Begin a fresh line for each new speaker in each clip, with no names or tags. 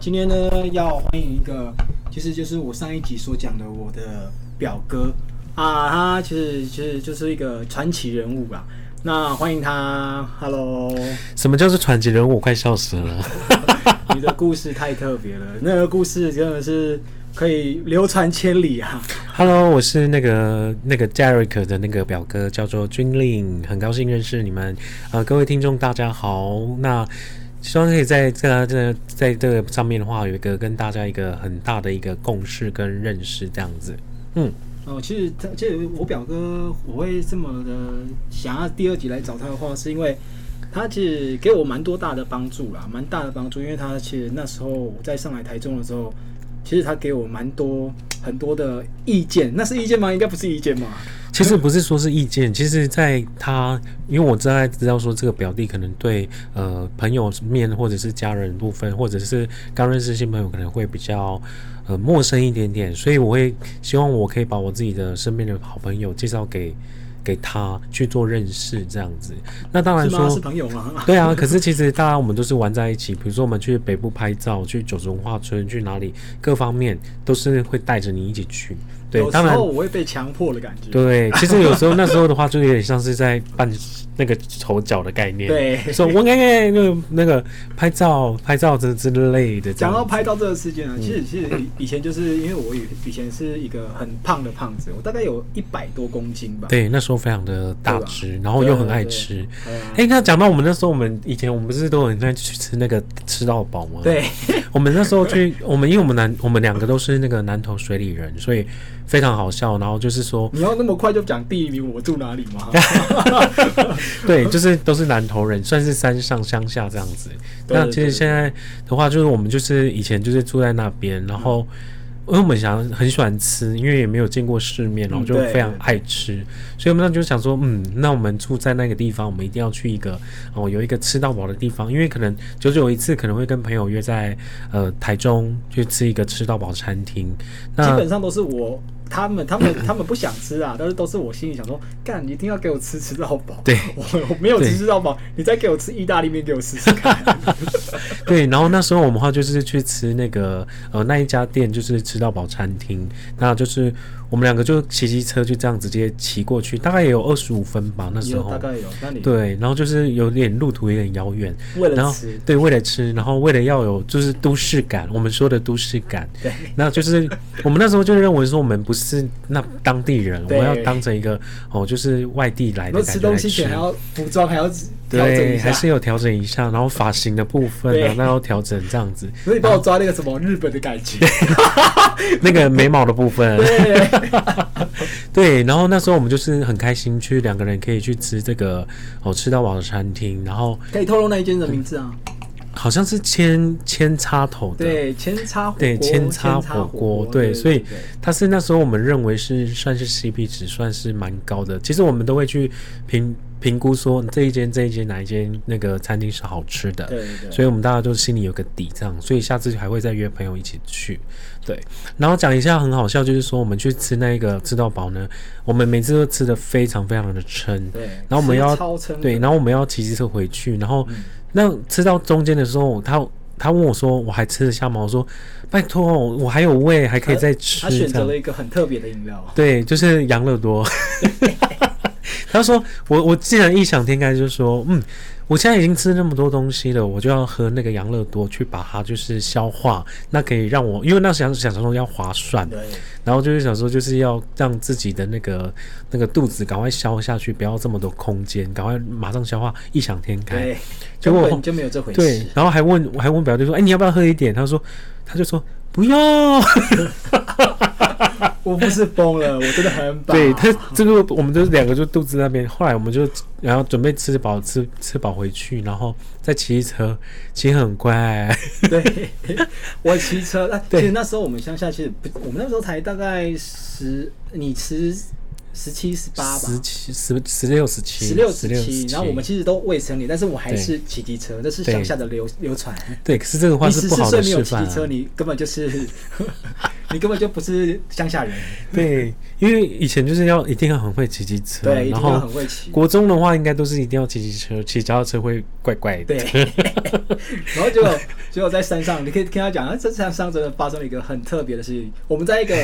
今天呢，要欢迎一个，其实就是我上一集所讲的我的表哥啊，他其实其实就是一个传奇人物吧。那欢迎他，Hello，
什么叫做传奇人物？我快笑死了。
你的故事太特别了， 那个故事真的是可以流传千里啊。
Hello，我是那个那个 Derek 的那个表哥，叫做君令，很高兴认识你们。呃，各位听众大家好，那希望可以在在这在这个上面的话，有一个跟大家一个很大的一个共识跟认识这样子。嗯，
哦，其实他，其实我表哥，我会这么的想要第二集来找他的话，是因为他其实给我蛮多大的帮助啦，蛮大的帮助。因为他其实那时候我在上海、台中的时候，其实他给我蛮多很多的意见，那是意见吗？应该不是意见嘛。
其实不是说是意见，其实在他，因为我知道知道说这个表弟可能对呃朋友面或者是家人部分，或者是刚认识新朋友可能会比较呃陌生一点点，所以我会希望我可以把我自己的身边的好朋友介绍给给他去做认识这样子。那当然
是吗？
说
是朋友吗？
对啊，可是其实大家我们都是玩在一起，比如说我们去北部拍照，去九族文化村，去哪里，各方面都是会带着你一起去。 对，
有时
当然
候我会被强迫的感觉。
对，其实有时候那时候的话，就有点像是在扮那个丑角的概念。，
对，
说我刚刚那个那个拍照拍照之之类的这
讲
样子。
到拍照这个事件啊，
嗯
其实其实以前就是因为我以以前是一个很胖的胖子，我大概有一百多公斤吧。
对，那时候非常的大
对吧
只，然后又很爱吃。
对啊，
哎，那讲到我们那时候，我们以前我们不是都很爱去吃那个吃到饱吗？，
对，
我们那时候去，我们因为我们南我们两个都是那个南投水里人，所以非常好笑。然后就是说，
你要那么快就讲地名，我住哪里 吗？
嗯对，就是都是南投人，算是山上乡下这样子。
对
那
对
其实
对
现在的话，就是我们就是以前就是住在那边，然后
嗯
因为我们想很喜欢吃，因为也没有见过世面，然后
嗯
就
对
非常
对对
爱吃，所以我们那就想说，嗯，那我们住在那个地方，我们一定要去一个哦有一个吃到饱的地方，因为可能久久一次可能会跟朋友约在呃台中去吃一个吃到饱餐厅。
基
那
本上都是我他们他们他们不想吃啊，但是都是我心里想说，干，你一定要给我吃吃到饱。
对，
我我没有
对
吃吃到饱，你再给我吃意大利面给我试试看。
对，然后那时候我们的话就是去吃那个呃那一家店，就是吃到饱餐厅，那就是我们两个就骑机车就这样直接骑过去，大概也有二十五分吧，那时
有
候
大。概有，那你
对，然后就是有点路途有点遥远，
为
然
了
后
吃，
对为了吃，然后为了要有就是都市感，我们说的都市感，
对
那就是我们那时候就认为说我们不是那当地人，我们要
对
当成一个哦就是外地来的
那
感
吃
觉来
东西
吃
前还。要服装还要调整一
对，
下
还。是有调整一下，然后发型的部分啊
对，
那要调整这样子。
所以帮我抓那个什么日本的感 觉，
那个眉毛的部分，
对，
对，然后那时候我们就是很开心，去两个人可以去吃这个哦吃到饱的餐厅，然后
可以透露那一间的名字啊？
好像是千千插头的，
对，千叉火锅，
对千叉
火
火锅，对，所以
对
它是那时候我们认为是算是 CP 值算是蛮高的，其实我们都会去评评估说这一间这一间哪一间那个餐厅是好吃的，
对对对，
所以我们大家都心里有个底，这样，所以下次还会再约朋友一起去。对，然后讲一下很好笑，就是说我们去吃那个吃到饱呢，我们每次都吃的非常非常的撑，
对，然
然后我们要
超撑，
对，然后我们要骑机车回去，然后嗯那吃到中间的时候，他他问我说我还吃得下吗？我说拜托，我还有胃，还可以再吃。
他选
这
择
样
了一个很特别的饮料，
对，就是养乐 多。他说：“我我竟然异想天开，就说，嗯，我现在已经吃那么多东西了，我就要喝那个养乐多去把它就是消化，那可以让我，因为那时想想说要划算，
对，
然后就是想说就是要让自己的那个那个肚子赶快消下去，不要这么多空间，赶快马上消化，异想天开。
对，
结
根
果
本就没有这回
对
事，，
然后还问我还问表弟说，哎、你要不要喝一点？他说，他就说不要。”
我不是疯了，我真的 很饱，
对他这个，我们就是两个就肚子那边，后来我们就然后准备吃饱吃吃饱回去，然后再骑车，骑很快，
对， 我骑车，那
对
其实那时候我们乡下其实不，我们那时候才大概十，你十十七十八吧
十。七十十六十七
十六
十
十
六
七，然后我们其实都未成年，但是我还
对
是骑机车，这是乡下的流流传。
对，可是这个话
你
是
十
不
四
好
岁
的
没有
示啊
骑
范、
车，
啊。
你根本就是 你根本就不是乡下人，
对，因为以前就是要一定要很会骑机车，
对，一
然
定要
后
很会骑，
国中的话应该都是一定要骑机车，骑脚踏车会怪怪 的
对。然后结果结果在山上，你可以听他讲，啊，这山上真的发生了一个很特别的事情。我们在一 个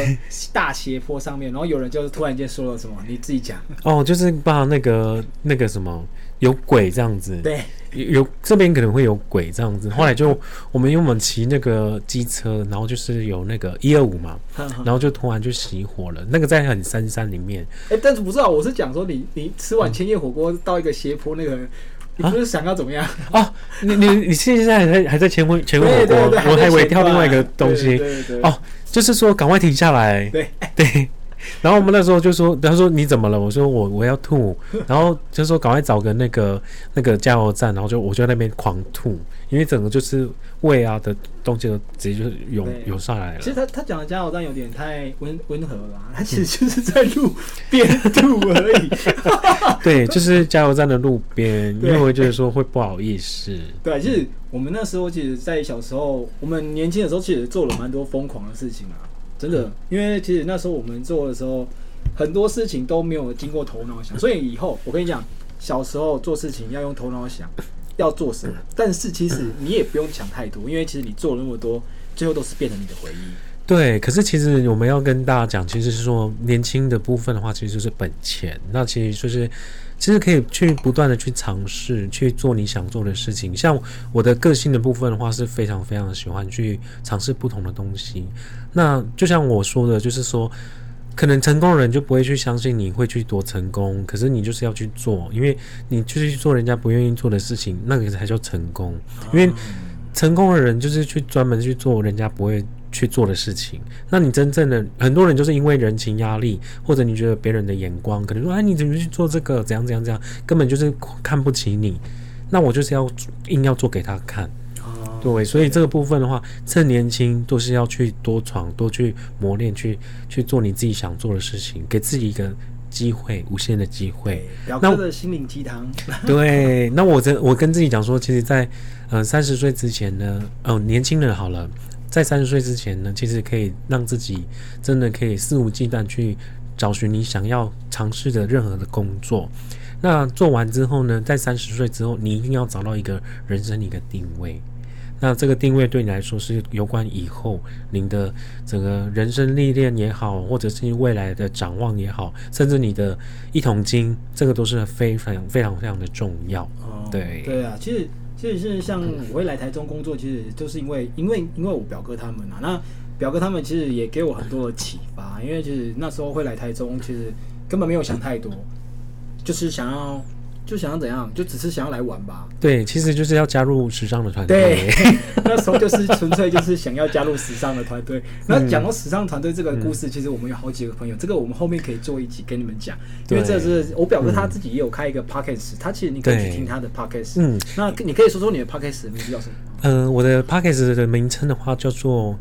大斜坡上面，然后有人就突然间说了什么，你自己讲。
哦，就是把那个那个什么有鬼这样子，
对，
有有这边可能会有鬼这样子。后来就我们因为我们骑那个机车，然后就是有那个一二五嘛，
哼哼
然后就突然就熄火了。那个在很深山里面，
哎、但是不知道，我是讲说你你吃完千叶火锅到一个斜坡那个，
啊
你不是想要怎么样？
哦，你你你现在还在还在前问前问
对
火
对
锅
对，，
哎我
在
还以为
前
跳另外一个
段
东
对
西，
对对对
哦就是说赶快停下来。
对
对。然后我们那时候就说，他说你怎么了？我说我我要吐，然后就说赶快找个那个那个加油站，然后就我就在那边狂吐，因为整个就是胃啊的东西都直接就涌
对
涌上来
其实
了。
他他讲的加油站有点太温温和了啊、他其实就是在路边吐而已。
对，就是加油站的路边，因
对
为我觉得说会不好意思。
对，就是我们那时候，其实，在小时候，我们年轻的时候，其实做了蛮多疯狂的事情啊，真
嗯
的。因为其实那时候我们做的时候，很多事情都没有经过头脑想，所以以后我跟你讲，小时候做事情要用头脑想，要做什
嗯
么， 但是其实你也不用想太多，因为其实你做了那么多，最后都是变成你的回忆。
对，可是其实我们要跟大家讲，其实是说年轻的部分的话，其实就是本钱。那其实就是，其实可以去不断的去尝试，去做你想做的事情。像我的个性的部分的话，是非常非常喜欢去尝试不同的东西。那就像我说的，就是说，可能成功的人就不会去相信你会去多成功，可是你就是要去做，因为你就是去做人家不愿意做的事情，那个才叫成功。因为成功的人就是去专门去做人家不会去做的事情。那你真正的很多人就是因为人情压力，或者你觉得别人的眼光，可能说哎你怎么去做这个，怎样怎样怎样，根本就是看不起你。那我就是要硬要做给他看，
啊，
对，所以这个部分的话，趁年轻都是要去多闯、多去磨练、去去做你自己想做的事情，给自己一个机会，无限的机会。
表
那
哥
我
的心灵鸡汤，
对，那我真我跟自己讲说，其实在，呃三十岁之前呢，哦、年轻人好了，在三十岁之前呢，其实可以让自己真的可以肆无忌惮去找寻你想要尝试的任何的工作。那做完之后呢，在三十岁之后，你一定要找到一个人生一个定位。那这个定位对你来说是有关以后您的整个人生历练也好，或者是未来的展望也好，甚至你的一桶金，这个都是非常非常非常的重要。
哦
对嗯
对啊，其实其实是像我会来台中工作，其实就是因为因为因为我表哥他们啊，那表哥他们其实也给我很多的启发，因为其实那时候会来台中，其实根本没有想太多，就是想要就想要怎样，就只是想要来玩吧。
对，其实就是要加入时尚的团
对
队。，
那时候就是纯粹就是想要加入时尚的团队。然
嗯
后讲到时尚团队这个故事，其实我们有好几个朋友，这个我们后面可以做一集跟你们讲，因为
对
这是我表哥他自己也有开一个 podcast，他其实你可以去听他的 podcast。
嗯，
那你可以说说你的 podcast 的名字叫什么？
呃，我的 p a c k a g e 的名称的话叫做，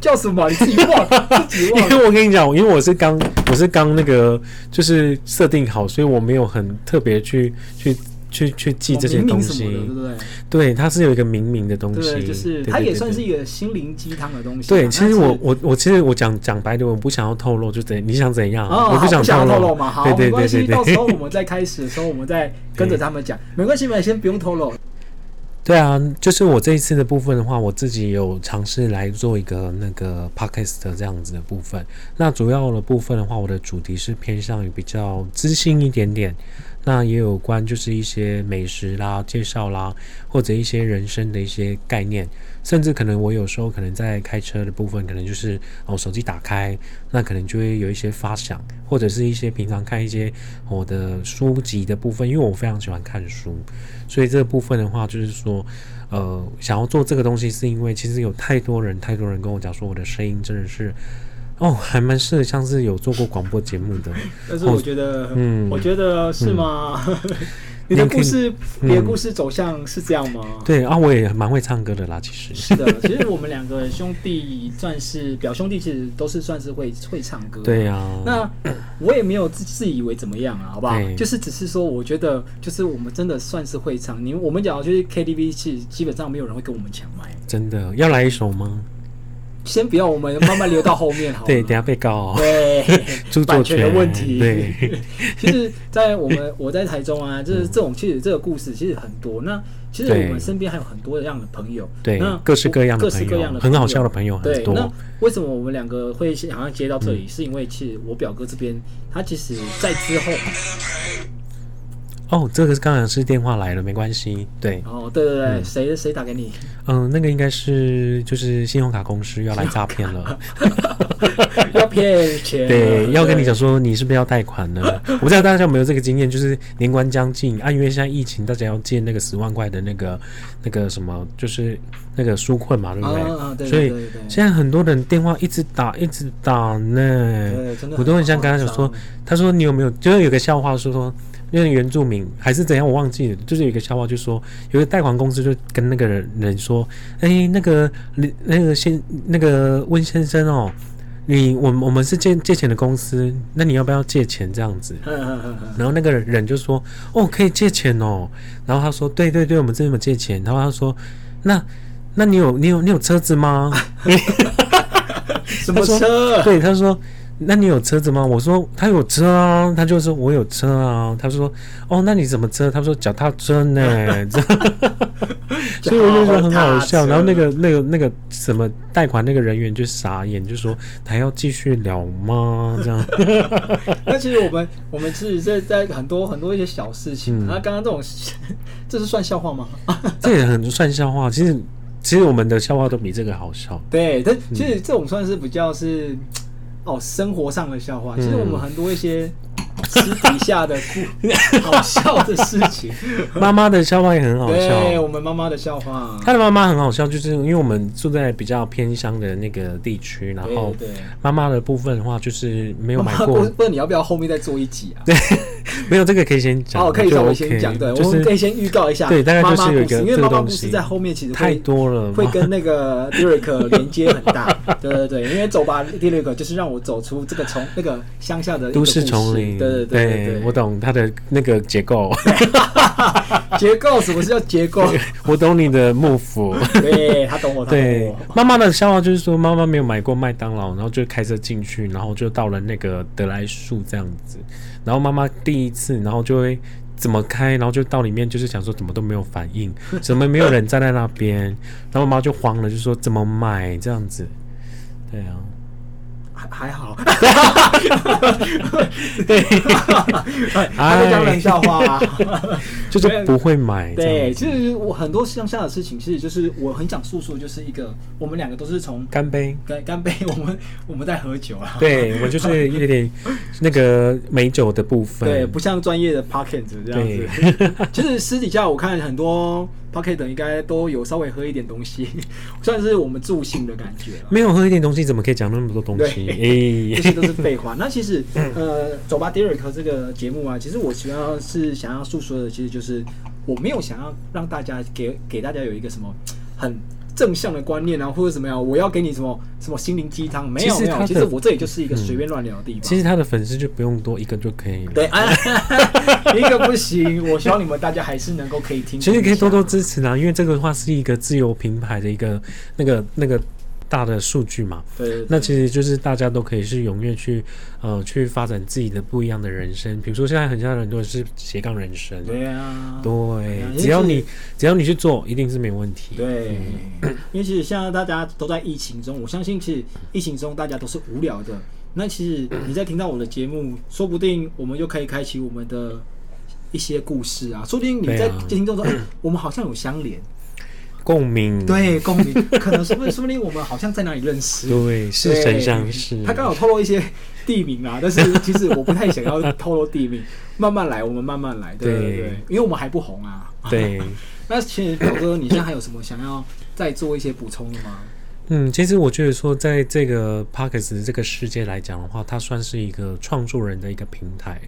叫什么？你自己忘，了，自己
因
忘。了。
为我跟你讲，因为我是刚我是刚那个就是设定好，所以我没有很特别去去去去记这些
明
东
明哦什
西
么。的，对不对？
对，它是有一个明明的东西，
对，就是
对
它
对
也
对
算
对
是一个心灵鸡汤的东西啊。
对，
那
其实我我我其实我讲讲白的，我不想要透露，就怎你想怎样，
哦，
我
好
想
想要
露
露嘛，哦好，
对
没
对
关
对
系，
对
到时候
对，
我们再开始的时候，我们再跟 着他们讲，没关系，没关系，先不用透露。
对啊，就是我这一次的部分的话，我自己有尝试来做一个那个 podcast 的这样子的部分。那主要的部分的话，我的主题是偏向于比较知性一点点，那也有关就是一些美食啦、介绍啦，或者一些人生的一些概念，甚至可能我有时候可能在开车的部分，可能就是哦手机打开，那可能就会有一些发想，或者是一些平常看一些我的书籍的部分，因为我非常喜欢看书，所以这个部分的话，就是说，呃，想要做这个东西，是因为其实有太多人，太多人跟我讲说，我的声音真的是，哦，还蛮适合像 是有做过广播节目的，
但是我觉得，
嗯
我觉得是吗？ 你的
你可以
故事，
嗯
你的故事走向是这样吗？
对啊，我也蛮会唱歌的啦，其实。
是的，其实我们两个兄弟算是表兄弟，其实都是算是会会唱歌。
对啊呀、
那我也没有自自以为怎么样啊，好不好
哦对？
就是只是说，我觉得就是我们真的算是会唱。你我们讲就是 KTV，其实基本上没有人会跟我们抢麦。
真的要来一首吗？
先不要，我们慢慢留到后面好了。
对，等一下被告、哦，
对
著作
版权的问题。
对， 嗯
其实，在我们我在台中啊，就是这种其实这个故事其实很多。那其实
对
我们身边还有很多这样的朋友，
对
那
各式各样的
各
朋
式
友
各样的
很好笑的朋友很
对，
多嗯
那为什么我们两个会好像接到这里？是因为其实我表哥这边，他其实在之后，
哦，这个是刚才是电话来了，没关系。对，
哦，对对对，
嗯
谁谁打给你？
嗯、那个应该是就是信用卡公司要来诈骗 了，
要骗钱？啊
对，要跟你讲说你是不是要贷款 呢？我不知道大家有没有这个经验，就是年关将近，啊，因为现在疫情，大家要借那个十万块的那个那个什么，就是那个纾困嘛，对
对，
不
啊
对？
啊啊，对
所
对
以
对对对
现在很多人电话一直打，一直打呢。
对，真的
我都很想跟他讲
夸张
说，他说你有没有？就是有个笑话说说，因为原住民还是怎样，我忘记了。就是有一个笑话，就说有个贷款公司就跟那个人人说，哎、那个李那个先那个温先生哦，你我们我们是借借钱的公司，那你要不要借钱这样子？
嗯 嗯嗯嗯
然后那个人就说：“哦，可以借钱哦。”然后他说：“对对对，我们这边有借钱。”然后他说：“那那你有你有你有车子吗？”
什么
他 说
车？
对，他说：“那你有车子吗？”我说：“他有车啊。”他就说：“我有车啊。”他说：“哦，那你什么车？”他说：“脚踏车呢。” 所以我就觉得很好笑。然后那个那个那个什么贷款那个人员就傻眼，就说：“还要继续聊吗？” 这样
那其实我们我们其实在在很多很多一些小事情，
嗯
那刚刚这种 这是算笑话吗？
这也很算笑话。其实其实我们的笑话都比这个 好笑。
对，但
嗯
其实这种算是比较是哦生活上的笑话。
嗯
其实我们很多一些私底下的故 好笑的事情，
妈妈的笑话也很好
对我
笑。
们妈妈的笑话，
她的妈妈很好笑，就是因为我们住在比较偏乡的那个地区，然
对
后
对。
妈妈的部分的话，就是没有
妈
买
妈
过
不，不，你要不要后面再做一集啊？
没有这个可以先讲，
哦，可以
就
稍微
OK，
先讲，对，
就
我们可以
是
先预告一下，
对大概
妈
就是
妈故
有
事
一个，
因为
这个
妈妈
东
故
西
事在后面其实会
太多了，
会跟那个 Derek 连接很大，对对对，因为走吧 Derek 就是让我走出这个从那个乡下的一个
都市
故事
丛林，哎
对对对对，
我懂它的那个结构，
结构，什么是叫结构？
我懂你的幕 府。
哦对他懂我，他懂
对
我。，
妈妈的笑话就是说，妈妈没有买过麦当劳，然后就开车进去，然后就到了那个德莱树这样子，然后妈妈第一次，然后就会怎么开，然后就到里面，就是想说怎么都没有反 应，怎么没有人站在那边，然后妈妈就慌了，就说怎么买这样子，对啊，
还还好，
对， 哎
他在讲冷笑话、啊
就是不会买，
对，其
这样子
实我很多乡下的事情，其实就是我很想诉说，就是一个我们两个都是从
干杯。
干干杯，我们我们在喝酒啊。
对我就是有点那个美酒的部分，
对，不像专业的 pocket 这样子。 其实私底下我看很多 pocket 应该都有稍微喝一点东西，算是我们助兴的感觉 了。
没有喝一点东西，怎么可以讲那么多东西？哎诶、
这些都是废话。那其实，呃，走吧，Derek 这个节目啊，其实我主要是想要诉说的，其实就是我没有想要让大家给给大家有一个什么很正向的观念啊，或者怎么样，我要给你什么什么心灵鸡汤，没有
其实
没有。
他的嗯
其实我这里就是一个随便乱聊的地方。 啊
其实他的粉丝就不用多一个就可以了。
对，啊， 一个不行，我希望你们大家还是能够可以听。
其实可以多多支持啊啦，因为这个的话是一个自由平台的一个那个那个大的数据嘛。
对对对
那其实就是大家都可以是踊跃去呃去发展自己的不一样的人生，比如说现在很像很多人是斜杠人生，
对啊，
对
啊
只要
因
你
为
只要你去做，一定是没问题。
对，因为其实现在大家都在疫情中，我相信其实疫情中大家都是无聊的。那其实你在听到我的节目，说不定我们就可以开启我们的一些故事啊，说不定你
对
在
啊
听众说，哎，我们好像有相连，
共鸣，
对，共鸣，可能说不定说不定我们好像在哪里认识，
对，是
对
神像是。
他刚好透露一些地名啊， 但是其实我不太想要透露地名， 慢慢来，我们慢慢来，对对
对
对，因为我们还不红啊。
对。
那其实表哥，你现在还有什么想要再做一些补充的吗？
嗯，其实我觉得说，在这个 p o c k e t 这个世界来讲的话，它算是一个创作人的一个平台。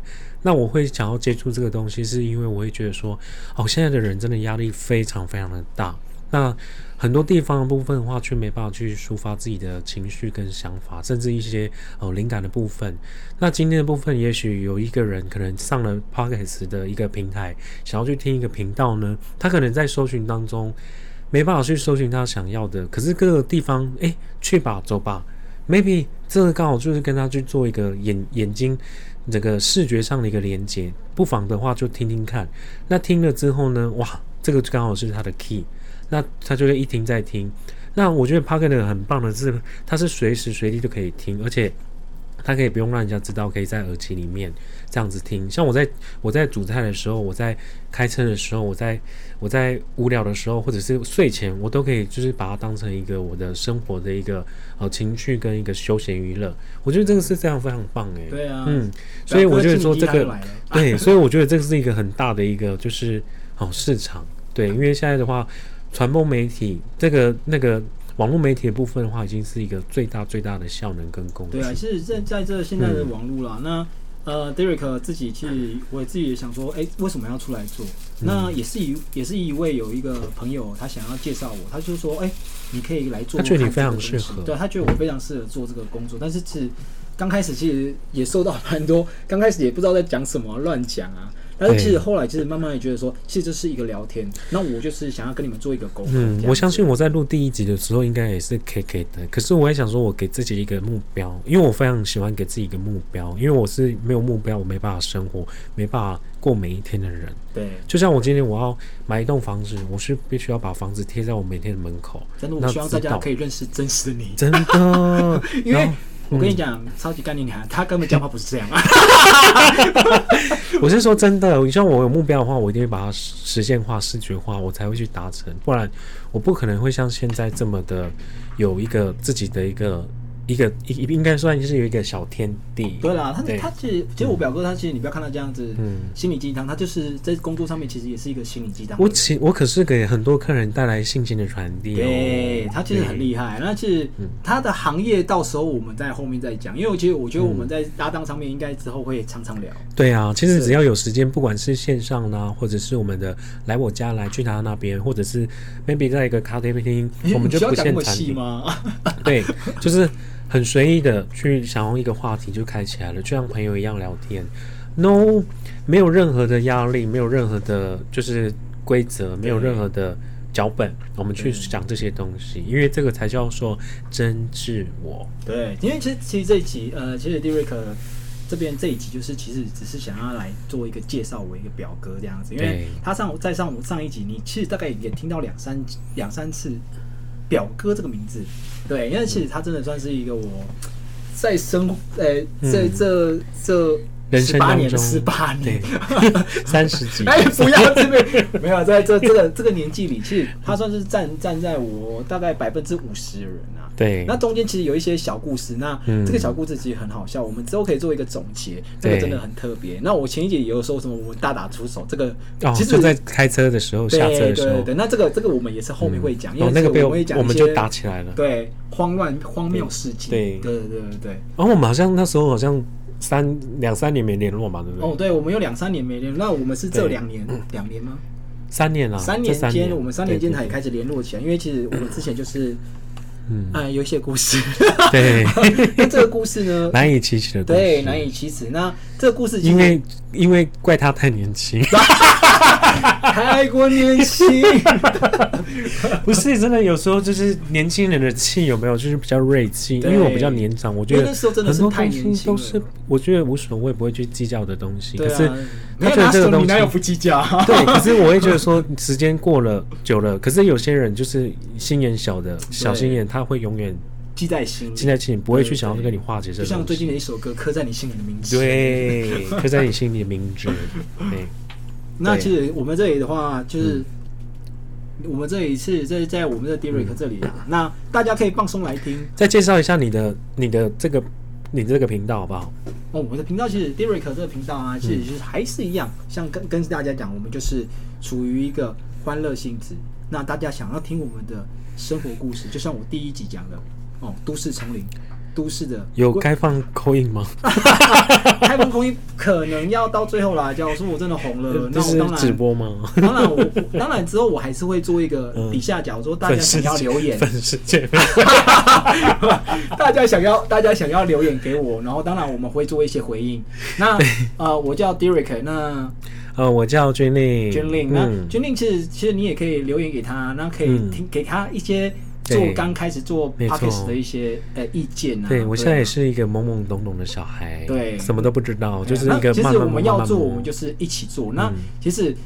那我会想要接触这个东西，是因为我会觉得说，哦，现在的人真的压力非常非常的大。那很多地方的部分的话，却没办法去抒发自己的情绪跟想法，甚至一些呃灵感的部分。那今天的部分，也许有一个人可能上了 p o c k e t 的一个平台，想要去听一个频道呢，他可能在搜寻当中没办法去搜寻他想要的，可是各个地方，诶，去吧，走吧，maybe 这个刚好就是跟他去做一个眼眼睛这个视觉上的一个连接，不妨的话就听听看。那听了之后呢，哇，这个刚好是他的 key。那他就会一听再听。那我觉得 p o c k e t 很棒的是，它是随时随地都可以听，而且它可以不用让人家知道，可以在耳机里面这样子听。像我在我在煮菜的时候，我在开车的时候，我在我在无聊的时候，或者是睡前，我都可以就是把它当成一个我的生活的一个呃情趣跟一个休闲娱乐。我觉得这个是非常非常棒诶、
对啊，
嗯，所以我觉得说这
表哥亲弟他
个
就来了
对，所以我觉得这是一个很大的一个就是好、市场，对，因为现在的话，传播媒体这个那个网络媒体的部分的话，已经是一个最大最大的效能跟工具。
对啊，其实在在这现
嗯
在的网络啦，那呃，Derek 自己其实我自己也想说，哎、为什么要出来做？
嗯
那也是一也是一位有一个朋友，他想要介绍我，他就说，哎、你可以来做
他觉得你
看这个
非常适合
东西对他觉得我非常适合做这个工作，但是其实刚开始其实也受到蛮多， 刚开始也不知道在讲什么，乱讲啊。但是其实
对
后来，其实慢慢也觉得说，其实这是一个聊天。那我就是想要跟你们做一个沟通。
嗯
这，样
我相
子
信我在录第一集的时候，应该也是 K K 的。可是我也想说，我给自己一个目标，因为我非常喜欢给自己一个目标，因为我是没有目标，我没办法生活，没办法过每一天的人。
对，
就像我今天我要买一栋房子，我是必须要把房子贴在我每天的门口。
真的，
那
我希望
知
大家
道
可以认识真实的你。
真的，
因
然
为
后
我跟你讲，超级干练女孩，她根本讲话不是这样啊。
我是说真的，像我有目标的话，我一定会把它实实现化、视觉化，我才会去达成，不然我不可能会像现在这么的有一个自己的一个一个一应该算是有一个小天地。
对啦，她
对
她其实，其实我表哥他其实你不要看他这样子，
嗯
心理鸡汤，他就是在工作上面其实也是一个心理鸡汤。
我其我可是给很多客人带来信心的传递哦。
对他其实很厉害，那其实他的行业到时候我们在后面再讲，因为我觉得我觉得我们在搭档上面应该之后会常常聊。
对啊，其实
是
只要有时间，不管是线上啦、或者是我们的来我家来去他那边，或者是 maybe 在一个咖啡厅，我们就
你需要
不
讲那
限
么
产
细
品。
吗？
对，就是很随意的去想用一个话题就开起来了，就像朋友一样聊天，no，没有任何的压力，没有任何的，就是规则，没有任何的脚本，我们去
对
讲这些东西，因为这个才叫做真自我。
对，因为其实其实这一集呃，其实 Derek 这边这一集就是其实只是想要来做一个介绍我一个表哥这样子，因为
对
他上在上上一集你其实大概也听到两三两三次表哥这个名字，对，因为其实他真的算是一个我在生呃、在
嗯
这这
人
十
生
八
当
年
中
十八年
对。三十几，
哎，不要这边没有，啊在这这个这个年纪里，其实他算是 站站在我大概百分之五十的人啊。
对
那，中间其实有一些小故事，那
嗯
这个小故事其实很好笑，我们之后可以做一个总结，这个
对
真的很特别。那我前一节也有说什么我大打出手，这个
哦，
其实
就在开车的时候，
对
下车
对
的时候
对，对，那这个这个我们也是后面会讲，因
哦
为，
那个
这
被
我们会讲
我
一
们
些
就打起来了。
对慌乱荒谬事情，
对
对对对对。
然哦后我们好像那时候好像三两三年没联络嘛，对不对？
哦，对，我们有两三年没联络，那我们是这
对
两年两年吗？
三年了，
三
这
年
三
间，我们三年间
对
才开始联络起来，因为其实我们之前就是，
嗯
嗯，有一些故事。
对，
那这个故事呢，
难以启齿的东西。
对，难以启齿。那这个故事其实
因为因为怪他太 年轻，
太过年轻，
不是真的。有时候就是年轻人的气有没有，就是比较锐气。因
对
为我比较年长，我觉
因为
得
那时候真的
很
是
多
太
东
年
西
轻了
都是我觉得无所谓，不会去计较的东西。可
对
是
啊，没有
他
拿
觉得这个
手，
东
你
西
哪有不计较？
对，可是我会觉得说时间过了久了，可是有些人就是心眼小的小心眼，他会永远
记在心里，
记在心里，不会去
对
想要跟你化解这
就
种。
像最近的一首歌《刻在你心里的名字》。，
对，刻在你心里的名字。对，
那
对嗯
其实我们这里的话，就是我们这一次在在我们的 Derek 这里
嗯
啊，那大家可以放松来听。
再介绍一下你的你的这个你这个频道好不好？
哦，我们的频道其实 Derek 这个频道
嗯
啊，其实就是还是一样，像跟跟大家讲，我们就是处于一个欢乐性质。那大家想要听我们的生活故事，就像我第一集讲的哦，都市丛林，都市的
有开放扣印吗？
开放空间可能要到最后啦。假如说我真的红 了，呃那我
这呃是
当然
直播吗？
当然我当然之后我还是会做一个
嗯
底下讲，说大
粉
家
丝
想要留 言，
粉丝见面，
大家想要大家想要留言给我，然后当然我们会做一些回应。那呃，我叫 Derek，那
呃，我叫君令，
军令，那
嗯，
军令其实其实你也可以留言给他，那可以
嗯
听给他一些做
对
刚开始做
没错
podcast 的一些呃意见啊。
对我现在
啊
也是一个懵懵懂懂的小孩，
对
什么都不知道，就是
那
一个
其
慢
实
慢
我们要做，
慢慢
我们就是一起做。那
嗯
其实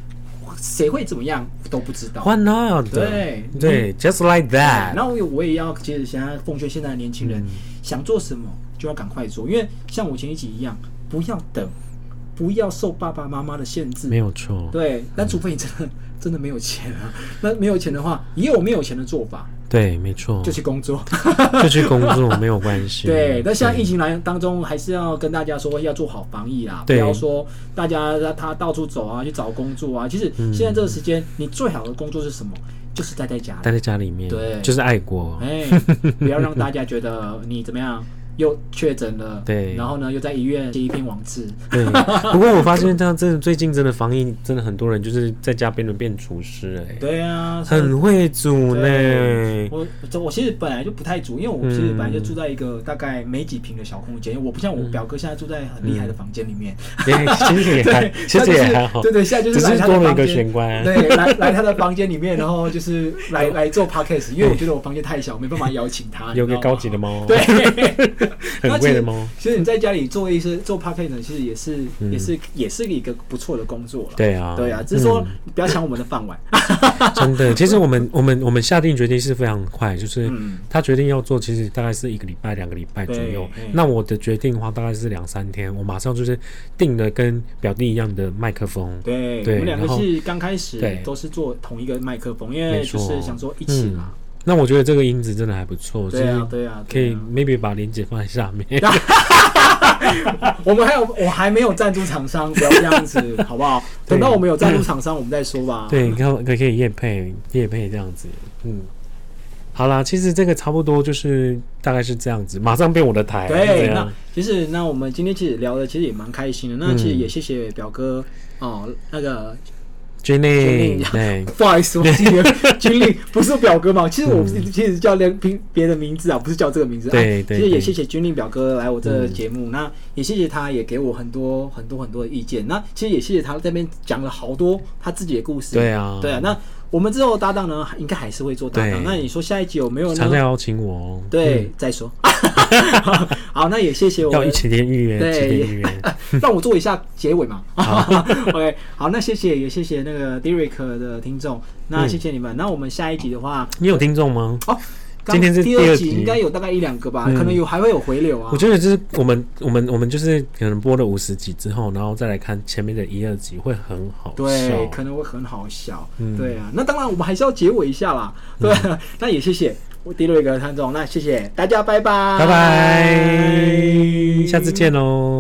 谁会怎么样都不知道。
Why not？
对
对，just like
对
that。
哎那我也我也要，其实想要奉劝现在的年轻
嗯
人，想做什么就要赶快做，因为像我前一集一样，不要等，不要受爸爸妈妈的限制
没。有错，
对，但除非你真的真的没有钱啊，那没有钱的话，也有没有钱的做法，
对，没错，
就去工作。
就去工作没有关系。
对，那现在疫情来当中，还是要跟大家说要做好防疫啦，不
对
要说大家他他到处走啊，去找工作啊。其实
嗯
现在这个时间，你最好的工作是什么？就是待在家
待
里，
在家里面，
对
就是爱国，
哎，不要让大家觉得你怎么样又确诊了，
对
然后呢又在医院接一篇网志，
对，不过我发现这样，真的最近真的防疫，真的很多人就是在家边的变厨师、哎，
对啊，所以
很会煮呢、
对我我我其实本来就不太煮，因为我其实本
嗯
来就住在一个大概没几平的小空间，我不像我表哥现在住在很厉害的房间里面，
也其嗯 实也还，其
他就
实也
是
还好，
对对，现在就
只
来
是
他
多
的
了一
房
个
间，
玄关。哎
对，来来他的房间里面，然后就是 来来做 podcast，因为我觉得我房间太小，没办法邀请他。
有个
你知道
高
吗
级 的猫，
对，
很贵的猫。
其实你在家里做一些做 podcast，呢其实也是、
嗯
也是也是一个不错的工作了。
对啊，
对啊，只是说
嗯
不要抢我们的饭 碗。
真的，其实我们我们我们下定决定是非常快，就是
嗯
他决定要做，其实大概是一个礼拜、两个礼拜左右
对嗯。
那我的决定的话，大概是两三天，我马上就是定了跟表弟一样的麦克风。
对，
对
我们两个
然后
是刚开始
对
都是做同一个麦克风，因为
没
就
错嗯
是想说一起嘛。
那我觉得这个音质真的还不错，
对啊，
就是
对啊，
可以
对啊
maybe 把链接放在下 面。
我们还有我还没有赞助厂商，不要这样子， 好不好？等到我们有赞助厂商，我们再说吧。
对，你看可以可以夜配夜配这样子，嗯。好啦，其实这个差不多就是大概是这样子，马上变我的台了，就
对，
这
那
样
其实那我们今天其实聊的其实也蛮开心的，那
嗯
其实也谢谢表哥哦，那个
Jenny，
Jenny
对，
不好意思，我记得军令不是表哥 嘛，其实我
嗯
其实叫连别别的名字啊，不是叫这个名字。
对
啊
对
其实也
对
谢谢军令表哥来我这个
嗯
节目，那也谢谢他，也给我很多很多很多的意见。那其实也谢谢他这边讲了好多他自己的故事。
对啊
对啊，那我们之后搭档呢，应该还是会做搭档。
对
那你说下一集有没有
常
呢？
常邀请我哦，
嗯对，再说。 好，那也谢谢
嗯，
我
要
们
一起点预约，
对
起点预 约，
让我做一下结尾嘛。OK，好，那谢谢也谢谢那个 Derek 的听众，那
嗯
谢谢你们。那我们下一集的话，
你有听众吗？
哦，刚
今天是
第
第
二
二
集，
集
应该有大概一两个吧，
嗯
可能有还会有回流啊
我。觉得就是我们我们我们就是可能播了五十集之后，然后再来看前面的一二集会很好笑，
对，可能会很好笑。
嗯
对啊，那当然我们还是要结尾一下啦。对啊，那也谢谢我 Derek 的听众，那谢谢大家，拜拜，
拜拜，下次见。喽。哦